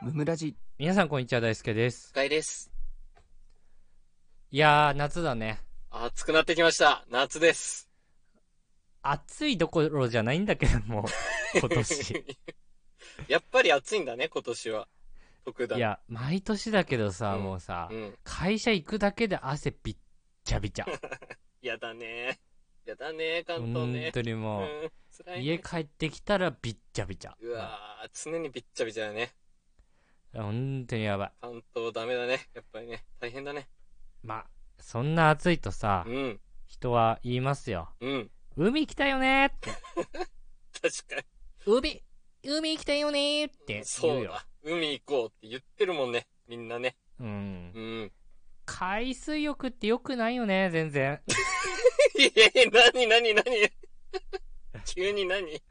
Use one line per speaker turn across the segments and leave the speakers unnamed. ムムラジ
皆さんこんにちは、大輔です。
ガイです。
いやー、夏だね。
暑くなってきました。夏です。
暑いどころじゃないんだけど も、今年。。
やっぱり暑いんだね、今年は。特段。
いや、毎年だけどさ、
うん
もうさ、
うん。
会社行くだけで汗びっちゃびち ゃ。
やだね。やだね、関東
本
ね。
当に
う
も
ん。辛
う、
い
家
ね。
帰ってきたらびっちゃびちゃ。
うわー常にびっちゃびちゃだね。
本当にやばい。
関東ダメだね。やっぱりね。大変だね。
まあ、そんな暑いとさ
う、ん。
人は言いますよ。
うん。
海行きたいよねーって。
確か
海、海行きたいよねーって
に。
言
そうう
よ。
だ。海行こうって言ってるもんね。みんなね。
うん
う。ん。
海水浴って良くないよね、全然。
いえ、なになになに急に何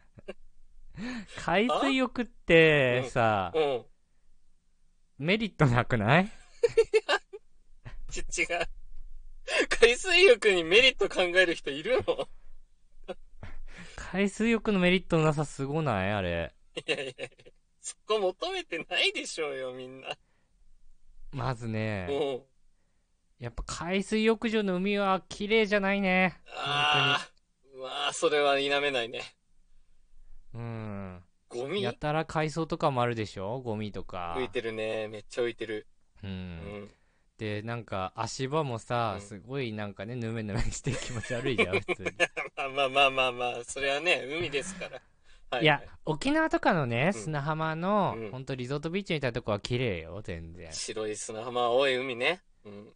海水浴って
あ
さ、
うん。
メリットなくない
ち、違う。海水浴にメリット考える人いるの
海水浴のメリットのなさすごないあれ。
いやいやいやそこ求めてないでしょうよ、みんな。
まずね、
もう。
やっぱ海水浴場の海は綺麗じゃないね。
ああ。まあ、それは否めないね。
うん。
ゴミ
やたら海藻とかもあるでしょゴミとか。
浮いてるね。めっちゃ浮いてる。
う。
うんん。
で、なんか足場もさ、
うん
すごいなんかね、ぬめぬめして気持ち悪いじゃ ん、普通に。
まあまあまあまあまあ、それはね、海ですから。はい
や、沖縄とかのね、
うん
砂浜の、
うん
ほんとリゾートビーチみたいなとこは綺麗よ、全然。
白い砂浜、青い海ね。うん。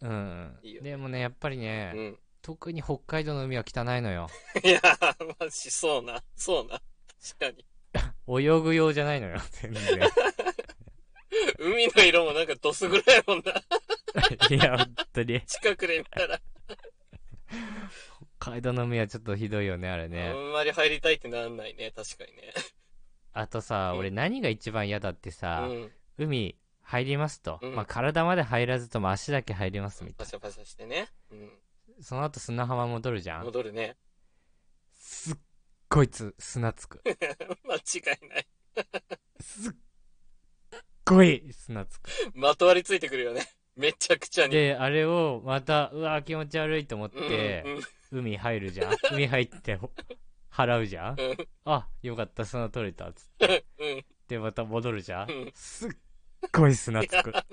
うん。
いいよ
でもね、やっぱりね、
うん。
特に北海道の海は汚いのよ。
いやー、まじ、そうな。そうな。確かに。
泳ぐ用じゃない のよ、全然。
海の色もなんかドスぐらいもんな。
いや、本当に。
近くで見たら。
北海道の海はちょっとひどいよね、あれ
あ
ね。
んまり入りたいってなんないね。確かにね。
あとさ、
うん
俺何が一番嫌だってさ、海入りますと。
うん
まあ、体まで入らずとも足だけ入ります
うん。
みた
パ
い
シャパシャしてね。うん。
な。その後砂浜戻るじゃん。
戻るね。
すっごいつ、砂つく。
間違いない。
すっごい砂つく。
まとわりついてくるよね。めちゃくちゃに。
で、あれをまた、うわ気持ち悪いと思っ
うん
て、海入る じゃん。海入って、ほ払うじゃん
うん。うん。
あ、よかった、砂取れた、つって。
うん。
で、また戻るじゃん
うん。
すっごい砂つ く。
バ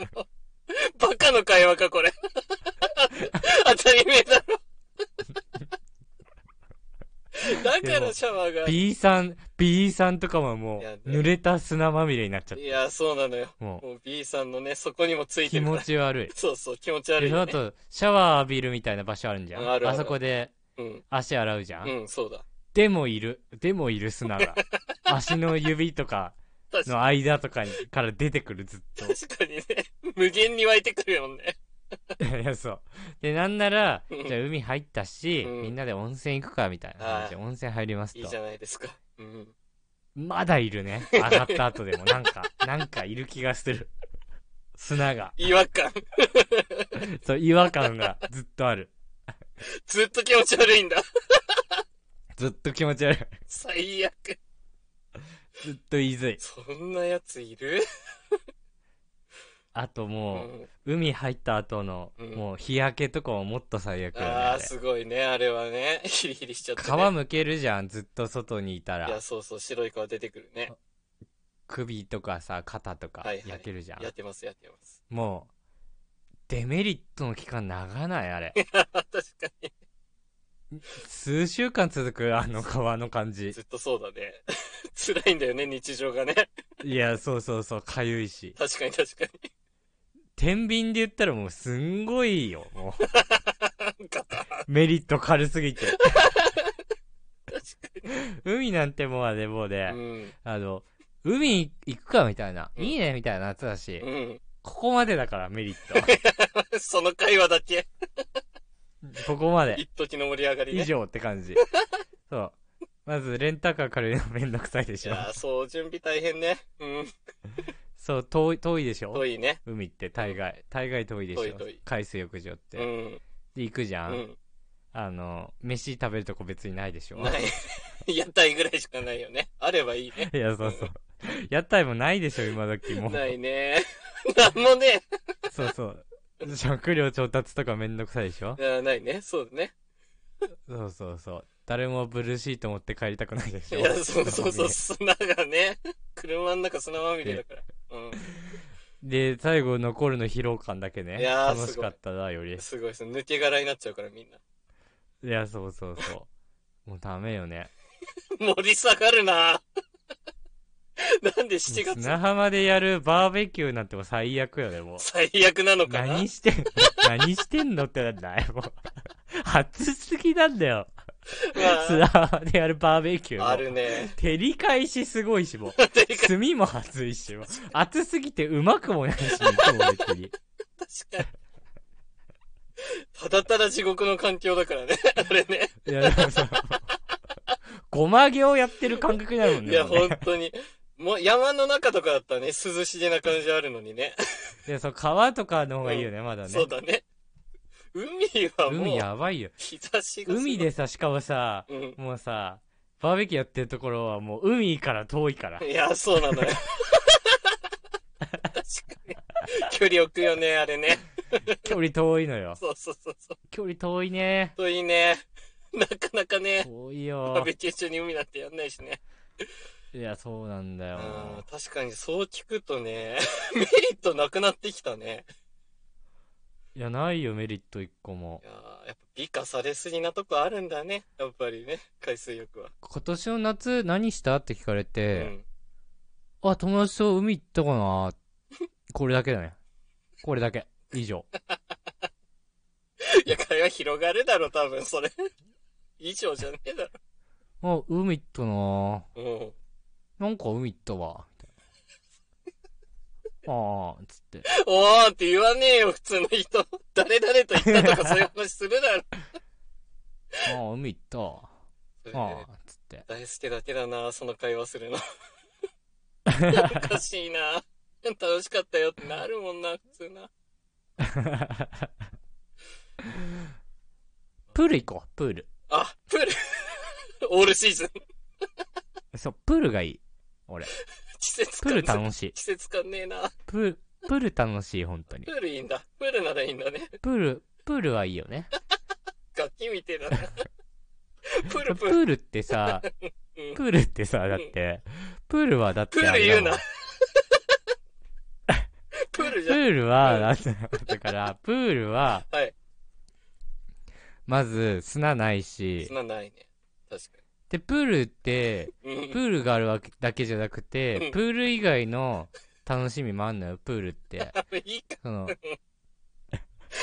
カの会話か、これ。 当たり前だろ。だからシャワーが。
B さん、B さんとかもも
いやね
う、濡れた砂まみれになっちゃっ
いや、そうなのよ。
て。も
もう B さんのね、そこにもつ
う、
いて
気
るか
持
ら。
ち悪い。
そうそう、気持ち悪
で、
い
その
よね。
後、シャワー浴びるみたいな場所あるじゃん。
あるある
そこで、
うん。
足洗うじゃん。
うん、そうだ。
でもいる。でもいる砂が。足の指とか
確か
の間とかにから出てくる、ずっと。
確かにね。無限に湧いてくるもんね。
いやいや、そう。で、なんなら、
うん
じゃあ海入ったし、
うん
みんなで温泉行くか、みたいな感じで、温泉入ります
いい
と
じ。ゃないですか。うん。
まだいるね。上がった後でも、なん か、なんかいる気がする。砂が。
違和感。
そう、違和感がずっとある。
ずっと気持ち悪いんだ。
ずっと気持ち悪い。
最悪。
ずっと言いづい。
そんなやついる
あと
う
も
ん。
う、海入った後の、
うん
もう日焼けとかももっと最悪よね。
あ
あ
あ、
れ
すごいね。あれはね。 ヒリヒリしちゃって、ね。
皮むけるじゃん、ずっと外にいた
い
ら
や、。そうそう、白い皮出てくるね。
首とかさ、肩とか
はいはい
焼けるじゃん。
やってます、やってます。
もう、デメリットの期間長ない、あれ。
確かに。
数週間続く、あの皮の感じ
ず。っとそうだね。 辛いんだよね、日常がね。
いや、そうそうそう、かゆいし。
確かに確か
天秤で言ったらもうすんごいよ、もう。
に。ガタン
メリット軽すぎて。
確
海なんてもうあれもう
か
ね、
に。うん。
あの、海行くかみたいな。
うん
いいねみたいな夏だし、
うん。
ここまでだからメリッ
その会話だけ。
ト。ここまで。
一時の盛り上がりね。
以上って感 じ。そう。まず、レンタカー借りるのめんどくさいで
い
しょ。
やー、そう、準備大変ね。うん。
そう、遠い、遠いでしょ
遠いね。
海って大概、大概遠いでしょ
遠い遠い
海水浴場っ
う
て。
ん。
で、行くじゃ。
うんん。
あの、飯 食べるとこ別にないでしょ
ない。屋台ぐらいしかないよね。あればいいね。
いや、そうそう。屋台もないでしょ、今時もう。
ないね。なんもね
そうそう。食料調達とかめんどくさいでしょ
え。あないね。そうだね。
そうそうそう。誰もブルーシート持って帰りたくないで
い
しょ
や、そうそうそう、
ね
砂がね。車の中砂まみれだから。
で、最後残るの疲労感だけね。
いやー
楽しかったな、より
うん。。すごいですね。抜け殻になっちゃうからみんな。
いや、そうそうそう。もうダメよ ね。
盛り下がるな なんで7月
砂浜でやるバーベキューなんてもう最悪よね、もう。
最悪なのかな
何してん、 何してんのってなんだよ、もう。 暑すぎなんだよ。
ま
砂浜でやるバーベキューも。
あ、あるね。
照り返しすごいし、もう。
確
炭も熱いし、もう。熱すぎてうまくもないし、肉も別に。
かに。ただただ地獄の環境だからね。あれね。
いや、でもさ、ごま行やってる感覚になるもん
い
ね。
や、
もうね
本当に。もう山の中とかだったらね、涼しげな感じあるのにね。
で、そう、川とかの方がいいよね、まだね。
そうだね。海は
海
もう、
やばいよ。
日差しがすごい
海で。さ、しかもさ、
うん。
もうさ、バーベキューやってるところはもう海から遠いから。
いや、そうなのよ。 確かに。距離置くよね、あれね。
距離遠いのよ。
そうそうそうそう。
距離遠いね。
といいね。なかなかね。
遠い
バー
よ。
ベキュー中に海なんてやんないしね。
いや、そうなんだ
う
よ。
ん、確かにそう聞くとね、 メリットなくなってきたね。
いや、ないよ、メリット一個も
い。やーやっぱ美化されすぎなとこあるんだね。やっぱりね、海水浴は。
今年の夏何したって聞かれ
う
て、
ん。
あ、友達と海行ったかなこれだけだね。これだけ。以上。
いや、会話広がるだろ、多分それ。以上じゃねえだ
あ、海行ったな
ろ。
なんか海行ったわ。みたいな。ああ、つって。
うん。おーって言わねえよ、普通の人。誰々と行ったとかそういう話するだろ。
ああ、海行ったわ。
それ
ああ、つって。
大輔だけだな、その会 話するの。おかしいな。楽しかったよってなるもんな、普通な。
プール行こう、プール。
あ、プール。 オールシーズン。
そう、プールがいい。俺。
季節
プ
感
ール楽しい。
季節感ねえな。
プール、プール楽しい、本当に
プ。ールいいんだ。プールならいいんだね。
プール、プールはいいよね。
楽器みてえ だな。プル
プ
プル。
ールってさ、
うん
プールってさ、だって、プールはだって
プー
あ
ル
れだ
言
も
うんな。プールじ
プ
ゃん。
ールは、なんだろうだから、プールは、
はい
まず、砂ないし
そん、なないね。確か
で、プールって、
に。うん
プールがあるわけだけじゃなく
う
て
ん、
プール以外の楽しみもあんのよ、プールって。
あいいか。
その、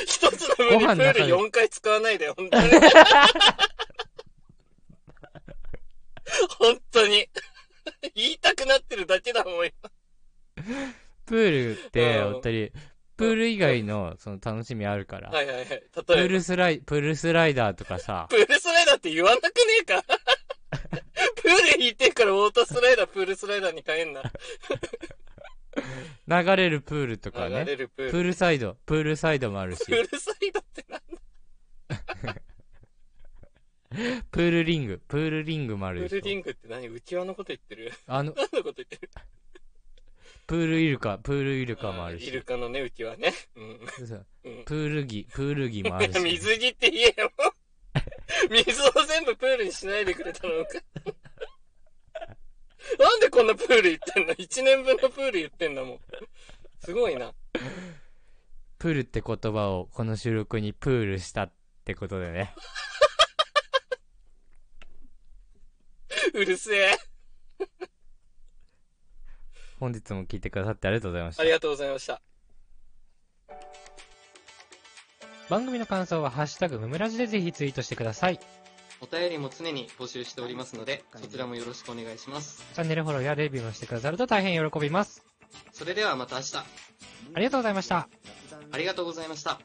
一つの上
ご
にプ
飯の中
ー
に
ル4回使わないで、本当に。本当に。言いたくなってるだけだもん、今。
プールって、
うん
本当に、プール以外の、その楽しみあるから。
はいはいはい。例え
プ
ば。
ールスライ、プールスライダーとかさ、
プールスライダーって言わなくねえかプール引いてからウォータースライダー、プールスライダーに変えんな。
流れるプールとか
流
ね。
れるプ
プ
ール。
ールサイド、プールサイドもあるし
プ、ールサイダーってなんだ
プールリング、プールリングもあ
プ
る
ールリ
し。
ングって何浮き輪のこと言ってる
あの、
何のこと言ってる
プールイルカ、プールイルカもある
イ
し
ル。カのね、浮き輪ね。うん。
そう
うん
プール着、プール着もある
いや、
し。
水着って言えよ。水を全部プールにしないでくれたのか。 なんでこんなプール言ってんの ?1 年分のプール言ってんだもん。すごいな。
プールって言葉をこの収録にプールしたってことでね。
うるせえ。
本日も聞いてくださってありがとうございました
あり。がとうございました。
番組の感想はハッシュタグムムラジでぜひツイートしてください。チ
お便りも常に募集しておりますので、そちらもよろしくお願いします。
ャンネルフォローやレビューもしてくださると大変喜びます。
それではまた明日、
ありがとうございました。
ありがとうございました。